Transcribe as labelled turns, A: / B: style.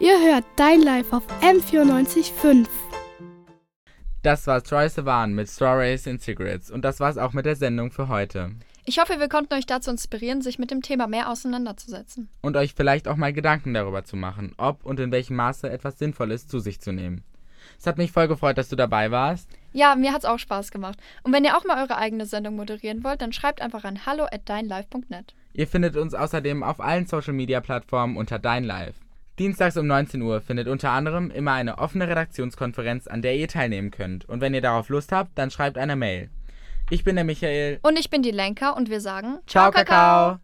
A: Ihr hört Dein Life auf M945.
B: Das war Troy Sivan mit Stories and Secrets und das war's auch mit der Sendung für heute.
C: Ich hoffe, wir konnten euch dazu inspirieren, sich mit dem Thema mehr auseinanderzusetzen.
B: Und euch vielleicht auch mal Gedanken darüber zu machen, ob und in welchem Maße etwas Sinnvolles zu sich zu nehmen. Es hat mich voll gefreut, dass du dabei warst.
C: Ja, mir hat's auch Spaß gemacht. Und wenn ihr auch mal eure eigene Sendung moderieren wollt, dann schreibt einfach an hallo at deinlive.net.
B: Ihr findet uns außerdem auf allen Social Media Plattformen unter Dein Live. Dienstags um 19 Uhr findet unter anderem immer eine offene Redaktionskonferenz, an der ihr teilnehmen könnt. Und wenn ihr darauf Lust habt, dann schreibt eine Mail. Ich bin der Michael.
C: Und ich bin die Lenker und wir sagen
B: Ciao, Kakao.